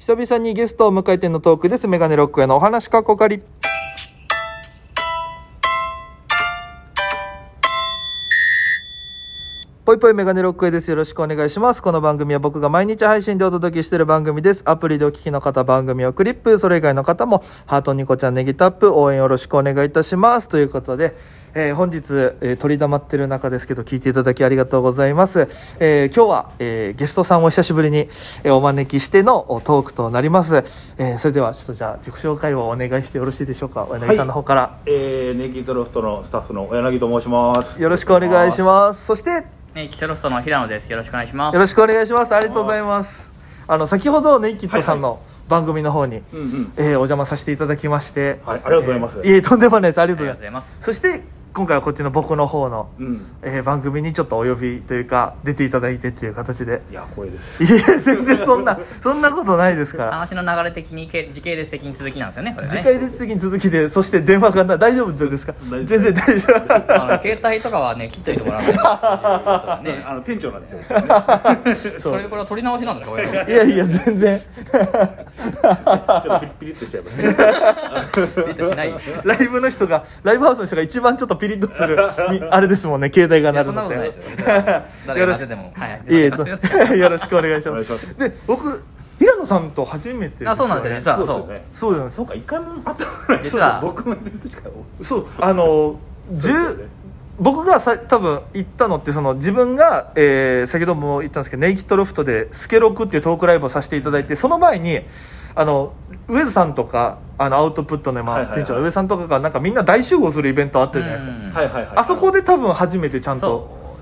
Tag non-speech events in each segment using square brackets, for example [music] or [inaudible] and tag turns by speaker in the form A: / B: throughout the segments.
A: 久々にゲストを迎えてのトークです。メガネロックへのお話かっこかり。ぽいぽいメガネロックへです。よろしくお願いします。この番組は僕が毎日配信でお届けしている番組です。アプリでお聞きの方、番組をクリップ、それ以外の方も、ハートニコちゃんネギタップ、応援よろしくお願いいたします。ということで、えー本日、えー、取り溜まってる中ですけど、聞いていただきありがとうございます。えー今日は、えーゲストさんを久しぶりに、えーお招きしてのおトークとなります。えーそれでは、ちょっとじゃあ、自己紹介をお願いしてよろしいでしょうか。お柳さんの方から。
B: えー、ネギドロフトのスタッフの柳と申します。
A: よろしくお願いし
B: ま
A: ます。そして、
C: ネイキッドロフトの平野です。よろしくお願いしま
A: よ
C: す。
A: ろしくお願いします。ありがとうございます。あの先ほどネイキッドさんの番組の方に、
B: す。うんうん。
A: えーお邪魔させていただきまして、
B: はいありがとうございます
A: えーいえとんでもないです。ありが
C: あ
A: と
C: り
A: う
C: が
A: ござ
C: とうござ
A: い
C: い
A: ま
C: ます。
A: す。そして今回はこっちの僕の方の、
B: うん。
A: えー番組にちょっとお呼びというか出ていただいてっていう形で。
B: いや、光栄です。
A: いえ全然そんなそんなことないですから。
C: 話の流れ的にけ時系列的に続きなんですよね。これね
A: 次回列的に続きでそして電話がな大丈夫ですか？
B: 大
A: 全
B: 丈夫。
A: 然大丈夫。
C: あの携帯とかはね切っといてもらわ [laughs] ないと、ね
B: あの店長なん [laughs] ですよ。
C: それこれは取り直しなんですかこれ。
A: いやいや全然。
B: ちょっとピリピリっとしちゃいます [laughs] ね。
C: デートしない。い
A: [laughs] ライブの人がライブハウスの人が一番ちょっとピリッとするにあれですもんね携帯が鳴
C: や
A: る
C: そんな
A: のって
C: ことないですよ。誰
A: よろ
C: が
A: し
C: 出ても。はい
A: えいえ [laughs] よろしくお願いし
B: お
A: ま
B: 願い
A: す
B: します
A: で僕平野さんと初めて
C: あそうなんですよ実は
B: そうですよ
C: そう
B: ね。
A: そうなんです
B: そうか、一回も会ったことない。
C: 実は
B: そうです僕もイベントしか。
A: そうあの
B: そうですよ
A: 10
B: ね
A: 僕がさ多分行ったのってその自分が、えー先ほども言ったんですけどネイキッドロフトで「スケロク」っていうトークライブをさせていただいてその前にあの上津さんとかあのアウトプットの、まあ
B: はいはいはい
A: 店長の上さんとかがなんかみんな大集合するイベントあったじゃないですか、
C: うん
B: はいはいはい。
A: あそこで多分初めてちゃんと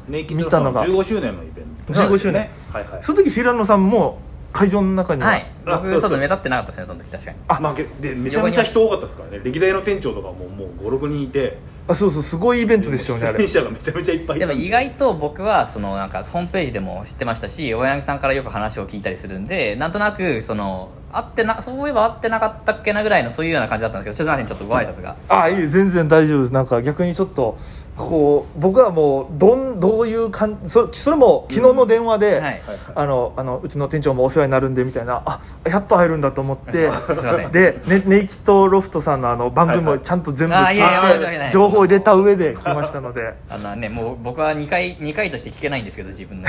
C: そ
B: ネイキッ
A: 見
B: ド
A: た
B: さ
A: の
B: ん
A: が
B: の15周年のイベント。
A: 15周年。
B: はいはい。
A: その時平野さんも会場の中
C: う。
A: には
C: はい。
B: あ
C: 僕ちょっと目立ってなかったですねその時確かに。
B: あ、まあ、で、めちゃめちゃ人多かったですからね。歴代の店長とかも、もう5、6人いて。
A: あそうそうすごいイベントでしたよねあ
B: 出
A: れ
B: 演者がめちゃめちゃいっぱいい
C: [laughs] で
B: た
C: も意外と僕はそのなんかホームページでも知ってましたし大柳さんからよく話を聞いたりするんでなんとなくその会ってなそういえば会ってなかったっけなぐらいのそういうような感じだったんですけどすいませんちょっとご挨拶が
A: [laughs] あいい全然大丈夫ですなんか逆にちょっとこう僕はもうどんどういう感じそれそれも昨日の電話で、
C: はい
B: はいはい
A: あのあのうちの店長もお世話になるんでみたいなあやっと会えるんだと思って
C: [laughs] すいません
A: で、ね、ネイキッドロフトさんのあの番組
B: はい
A: も
B: はい
A: ちゃんと全部
C: あ
A: 聞
C: いやいや申し訳
A: い
C: な
A: て
C: い
A: 情報を入れた上で来ましたので
C: あのねもう僕は2回二回として聞けないんですけど自
B: [laughs]
C: 分の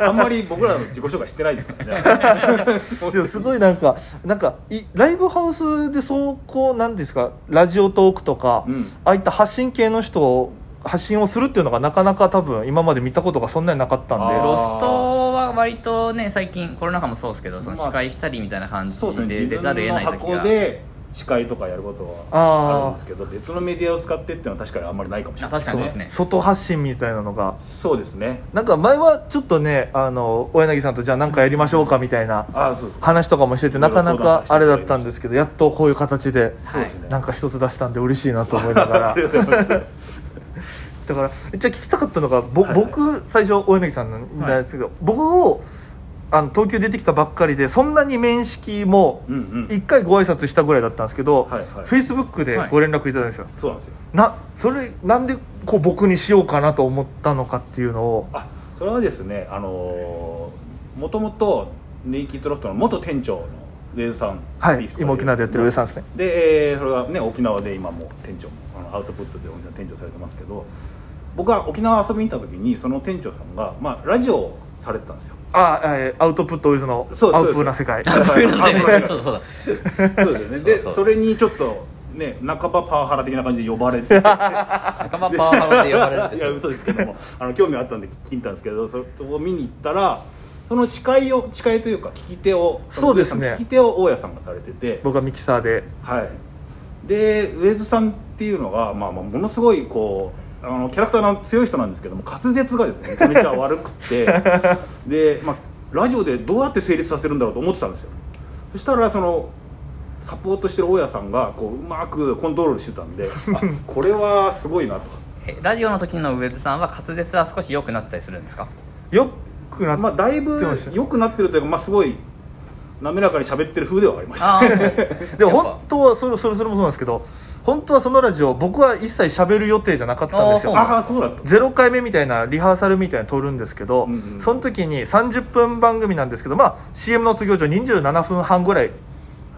B: あんまり僕らの自己紹介してないですからね。 [laughs]
A: [laughs] でもすごいなんかなんかいライブハウスでそうこうなんですかラジオトークとか、
B: うん
A: ああいった発信系の人を発信をするっていうのがなかなか多分今まで見たことがそんなになかったんで
B: あー
C: ロフトは割とね最近コロナ禍もそうですけどその
B: まあ
C: 司会したりみたいな感じ
B: そうですね
C: で出
B: 自
C: ざるを
B: 分
C: 得
B: の
C: ない時
B: 箱
C: が
B: で司会とかやること
A: あー
B: はあるんですけど別のメディアを使ってっていうのは確かにあんまりないかもしれ
C: あ
B: ない
C: 確かにそうですね
A: 外発信みたいなのが
B: そうですね
A: なんか前はちょっとねあの大柳さんとじゃあ何かやりましょうかみたいな
B: ああそうです
A: 話とかもしててなかなかあれだったんですけどやっとこういう形で
B: そうですね
A: なんか一つ出せたんで嬉しいなと思いなが
B: [laughs]
A: らだからじゃあ聞きたかったのがぼ、
B: はいはい
A: 僕最初大柳さんなんですけど、僕をあの東京出てきたばっかりでそんなに面識も
B: [laughs] うんうん
A: 一回ご挨拶したぐらいだったんですけど、
B: はいはい
A: フェイスブックでご連絡いただいたんですよ、
B: そうなんですよ
A: なそれなんでこう僕にしようかなと思ったのかっていうのを
B: あそれはですねあのーもともとネイキッドロフトの元店長の上さん
A: はい今沖縄でやってる上さんですね
B: で、えーそれはね沖縄で今もう店長あのアウトプットでお店の店長されてますけど僕は沖縄遊びに行った時にその店長さんが、まあ、ラジオをされてたんですよ
A: あえーアウトプットウィズの
B: そう
A: ア
B: そう
A: ウプーな
B: [laughs]
A: 世界
B: そう
C: ごめんなさい
B: あごめんなさい
C: そうだそう
B: [laughs]
C: だ
B: そうですよねで
C: そうそう
B: それにちょっとね半ばパワハラ的な感じで呼ば
C: [laughs]
B: れて
C: 仲間パワハラで呼ばれるって
B: いや嘘ですけどもあの興味があったんで聞いたんですけどそそこを見に行ったらその司会を司会というか聞き手を
A: そうですね
B: 聞き手を大家さんがされてて
A: 僕はミキサーで
B: はいでウェズさんっていうのが、まあ、まあものすごいこうあのキャラクターの強い人なんですけども滑舌がですねめちゃめちゃ悪く
A: [laughs]
B: てで、まあ、ラジオでどうやって成立させるんだろうと思ってたんですよそしたらそのサポートしてる大家さんがこううまくコントロールしてたんであ
A: [laughs]
B: これはすごいなと。
C: えラジオの時の上津さんは滑舌は少し良くなってたりするんですか
A: よくなっ
B: まあ、だいぶ
A: 出ました
B: 良くなってるというか、まあ、すごい滑らかに喋ってる風ではありました
C: ああ
A: でも本当はそれそれそれもそうなんですけど本当はそのラジオ僕は一切喋る予定じゃなかったんですよ
C: あーそう
B: ああそうだった
A: 0回目みたいなリハーサルみたいなの撮るんですけど、
B: うんうん
A: その時に30分番組なんですけど、まあ、CM の卒業上27分半ぐらい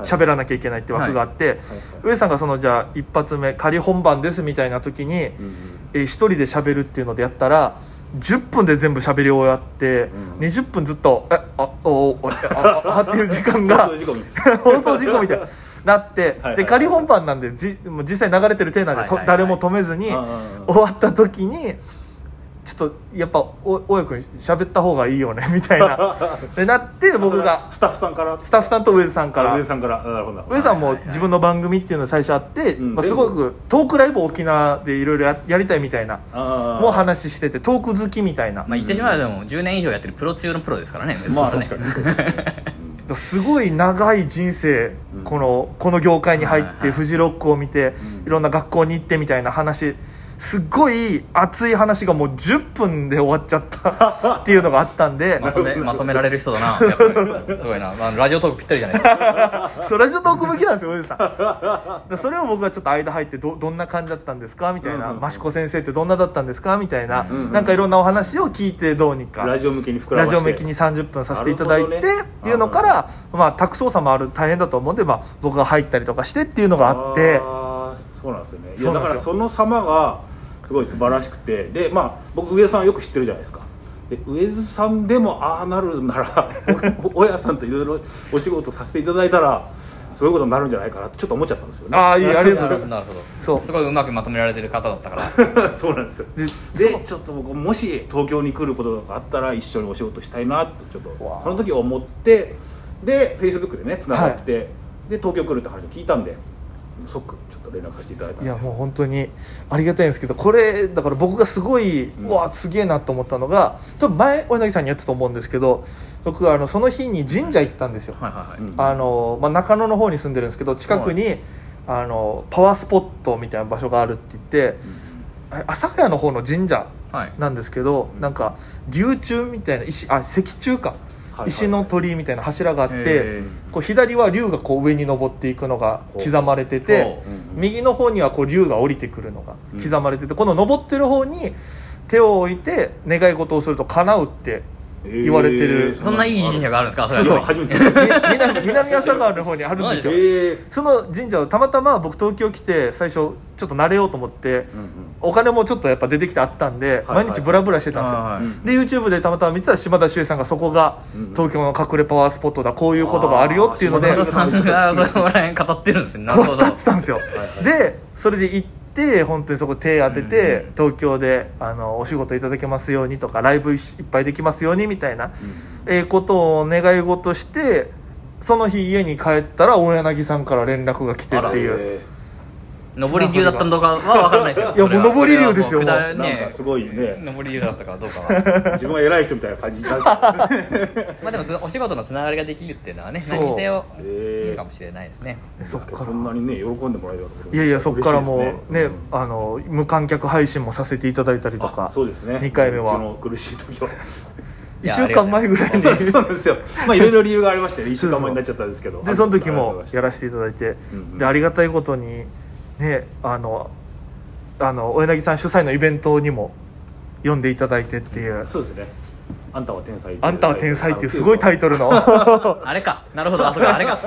A: 喋らなきゃいけないって枠があって、上さんがそのじゃあ一発目仮本番ですみたいな時
B: うんう
A: に、
B: ん
A: えー一人で喋るっていうのでやったら10分で全部喋り終わって、
B: うん
A: 20分ずっと「えあおおえあああ」っていう時間
B: [laughs]
A: が
B: そういう事故みたいな
A: [laughs] 放送事故みたいになって
B: はいはい
A: で仮本番なんでじもう実際流れてる体なんでと
C: はいはいはい
A: 誰も止めずに
B: うんうんうん
A: 終わった時にちょっとやっぱお大家君喋った方がいいよね [laughs] みた
B: [laughs]
A: いなでなって僕が
B: スタッフさんから
A: スタッフさんと上津さんから
B: 上田さんからあなるほどなるほど
A: 上さんも自分の番組っていうのが最初あって、
B: うん
A: まあ、すごくトークライブを沖縄でいろいろややりたいみたいな
B: あー
A: もう話しててトーク好きみたいな、
C: まあ言ってしまえばでも10年以上やってるプロ中のプロですからね
B: まあ
C: そう
B: 確
C: です
B: か
C: ね
B: に
A: すごい長い人生、
B: うん
A: このこの業界に入って、
C: はいはい
A: フジロックを見て、
B: うん
A: いろんな学校に行ってみたいな話すっごい熱い話がもう10分で終わっちゃったっていうのがあったん
C: [laughs]
A: で
C: まとめまとめられる人だなやっぱりすごいな、まあ、ラジオトークぴったりじゃないですか
A: それラジオトーク向きなんですよ上さんだからそれを僕がちょっと間入ってどどんな感じだったんですかみたいな、
B: うんうん
A: 益子先生ってどんなだったんですかみたいな、
C: うん
B: うん
A: なんかいろんなお話を聞いてどうにか
B: ラジオ向けに膨ら
A: ラ
B: まし
A: ジ
B: て
A: オ向きに30分させていただいて、
B: なるほどね
A: っていうのからまあ、卓操作もある大変だと思うんで、まあ、僕が入ったりとかしてっていうのがあって
B: あーそうなんですよねい
A: そ
B: や
A: うな
B: だ
A: んで
B: か
A: すよ
B: らその様がすごい素晴らしくてでまあ僕上田さんをよく知ってるじゃないですかで上津さんでもああなるならお親さんといろいろお仕事させていただいたらそういうことになるんじゃないかなってちょっと思っちゃったんですよね
A: ああいいありがとうございます
C: なるほど
A: そう
C: すごいうまくまとめられてる方だったから
B: [laughs] そうなんですよ
A: でそ
B: で
A: の
B: ちょっと僕もし東京に来ることがあったら一緒にお仕事したいなってちょっと
A: わあ
B: その時思ってでフェイスブックでねつながって、で東京来るって話を聞いたんで即ちょっと連絡させていただいたん
A: い
B: ですよ
A: やもう本当にありがたいんですけどこれだから僕がすごい
B: ん
A: うわすげえなと思ったのが多分前小柳さんにやったと思うんですけど僕はあのその日に神社行ったんですよ、
C: はいはいはい、
B: うん
A: あのまあ、中野の方に住んでるんですけど近くに、あのパワースポットみたいな場所があるって言ってあれ阿佐ヶ谷の方の神社
C: はい、
A: なんですけど、
B: うん
A: なんか流柱みたいな石あ石柱か、
B: はい
A: 石の鳥居みたいな柱があっ
C: へ
A: て
C: ー
A: こう左は竜がこう上に登っていくのが刻まれてて
C: ほ
B: うん
A: 右の方にはこう竜が降りてくるのが
B: うん
A: 刻まれてて、この登ってる方に手を置いて願い事をすると叶うって言われてる
C: そんないい神社があるんですか
A: そうそう
C: は
B: 初
C: [laughs]
B: めて [laughs]
A: み南南阿佐川の方にあるんですよ
B: え
A: その神社をたまたま僕東京来て最初ちょっと慣れようと思って、お金もちょっとやっぱ出てきてあったんで、
B: いはい
A: 毎日ブラブラしてたんですよ、
C: はい
B: うん
A: で YouTube でたまたま見てた島田秀さんがそこが
B: うん
A: 東京の隠れパワースポットだこういうことがあるよっていうので
B: あー
A: 語
C: 松
A: っ
B: 島
C: 田さんがそこら辺語ってるんですねなるほど
A: てたんですよでそれで行って本当にそこ手当てて、東京であのお仕事いただけますようにとかライブいっぱいできますようにみたいな、えーことを願い事してその日家に帰ったら大柳さんから連絡が来てっていう
C: 上り流だったのかは分からないですよ
A: いやもう
C: それ
A: 上
C: は
A: り流ですよ
C: これはもう下
B: なん
C: り
B: かすごいね
C: ね上り流だったかどうかは
B: 自分が偉い人みたいな感じになる
A: [laughs]
C: まあでもつお仕事のつながりができるっていうのはね
A: そう
C: 何にせよ
B: へー
C: いいかもしれないですね
A: そっから
B: そんなにね喜んでもらえるようなこと
A: いやいやそこからもう
B: 嬉しい
A: ね
B: です
A: あの無観客配信もさせていただいたりと
B: あ
A: か
B: そうですね
A: 2回目
B: そ
A: は
B: の苦しい時は
A: 1週間前ぐらいに
B: [laughs]
A: [laughs]
B: そうそうなんですよまあいろいろ理由がありましてね1週間前になっちゃったんですけど
A: でその時もや
B: ら
A: らせていただいて、
B: うんうん
A: でありがたいことにねあのあの小柳さん主催のイベントにも呼んでいただいてっていう
B: そうですねあんたは天才
A: 「あんたは天才」っていうすごいタイト
B: [laughs]
A: ルの
C: あれかなるほどあそこあれか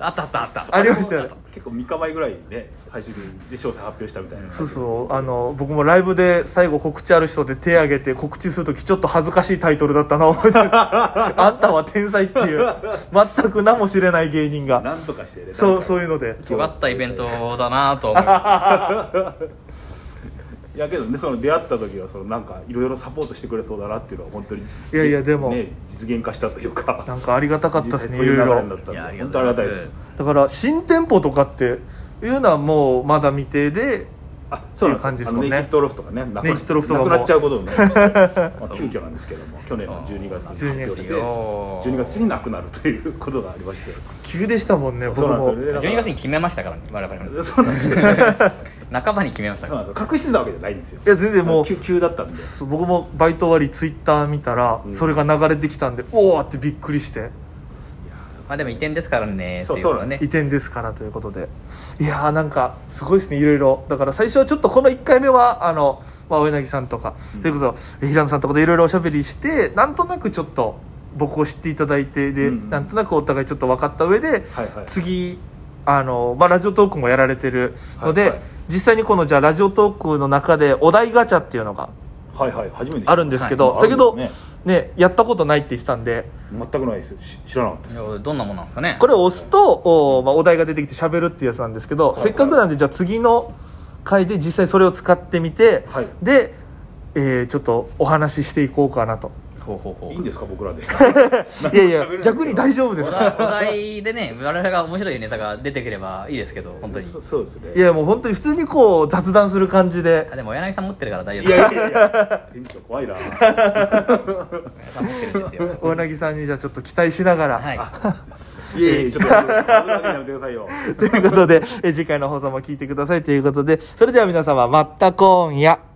C: あったあったあった
A: ありましたよね
B: 結構3日前ぐらいにね最終日で詳細発表したみたいな
A: そうそうあの僕もライブで最後告知ある人で手挙げて告知する時ちょっと恥ずかしいタイトルだったな
B: [laughs]
A: 覚えてるあんたは天才っていう全く名も知れない芸人が
B: なんとかしてね
A: そうそう
B: う
A: いうので
C: 尖ったイベントだなと思いま
B: いやけどねその出会った時はそのなんかいろいろサポートしてくれそうだなっていうのは本当に
A: いやいやでも
B: ね、実現化したというか
A: なんかありがたかった
B: 実
A: で
B: 際
A: す
B: そ
A: ね
B: う
A: い
B: いう
A: ろ
B: 流れ
A: い
B: に
A: ろ
B: な。ったんで
C: いや
B: 本当ありがたいで
C: ありが
B: す
C: とうござい
A: だから新店舗とかっていうのはもうまだ未定で
B: あそうなん
A: っていう感じです
B: あ
A: も
B: の
A: んね
B: ネイキッドロフトがねなく
A: ネイキッドロフトが
B: な
A: もう
B: くなっちゃうことになりましてまあ急遽なんですけども去年の12月に発表して
C: 12よ
B: 12月になくなるということがありまして
A: 急でしたもんね僕
B: そうなん
A: も
B: ですよ
C: す
B: ね
C: 12月に決めましたからね我々も
B: そうなんですよ
C: 半ばに決めました
B: そうな
C: か
B: んですよ隠してたわけじゃないんですよ
A: いや全然もう
B: 急急だったんで
A: そう僕もバイト終わりツイッター見たら
B: うん
A: それが流れてきたんでおおってびっくりして
C: まあでも移転ですからね
B: そう
C: っていうのは
B: そうなん
A: 移転ですからということでいやーなんかすごいですねいろいろだから最初はちょっとこの1回目はあの、まあ、上柳さんとか、
B: うん
A: それこそ平野さんとかでいろいろおしゃべりしてなんとなくちょっと僕を知っていただいてで、
B: うんうん
A: なんとなくお互いちょっと分かった上で
B: はいはい
A: 次あの、まあ、ラジオトークもやられてるので、
B: はいはい
A: 実際にこのじゃあラジオトークの中でお題ガチャっていうのが
B: はいはい初めて知った
A: あるんですけど、
B: はい
A: 先ほ
B: あ
A: ど、
B: るんで
A: ね
B: す
A: やったことないって言ってたんで
B: 全くないですし知らなかったです
C: ねどんなものなんですかね
A: これを押すとお,、まあ、お題が出てきて喋るっていうやつなんですけど、
B: はい
A: せっかくなんでじゃあ次の回で実際それを使ってみて、
B: はい
A: で、えーちょっとお話ししていこうかなと
C: ほうほうほう
B: いいんですか僕らで
A: いやいや
B: 喋るんですけど
A: 逆に大丈夫です
C: お
A: か
C: 題お題でね我々が面白いネタが出てくればいいですけど本当に
B: そそうですね
A: いやもう本当に普通にこう雑談する感じで
C: あでも柳さん持ってるから大丈夫
B: いやいやいや店長怖いな
C: 柳さん持ってるんですよ
A: 大柳さんにじゃあちょっと期待しながら、
C: はい
B: いやいやちょっと危ないからやめてくださいよ
A: ということでえ次回の放送も聞いてくださいということでそれでは皆様また今夜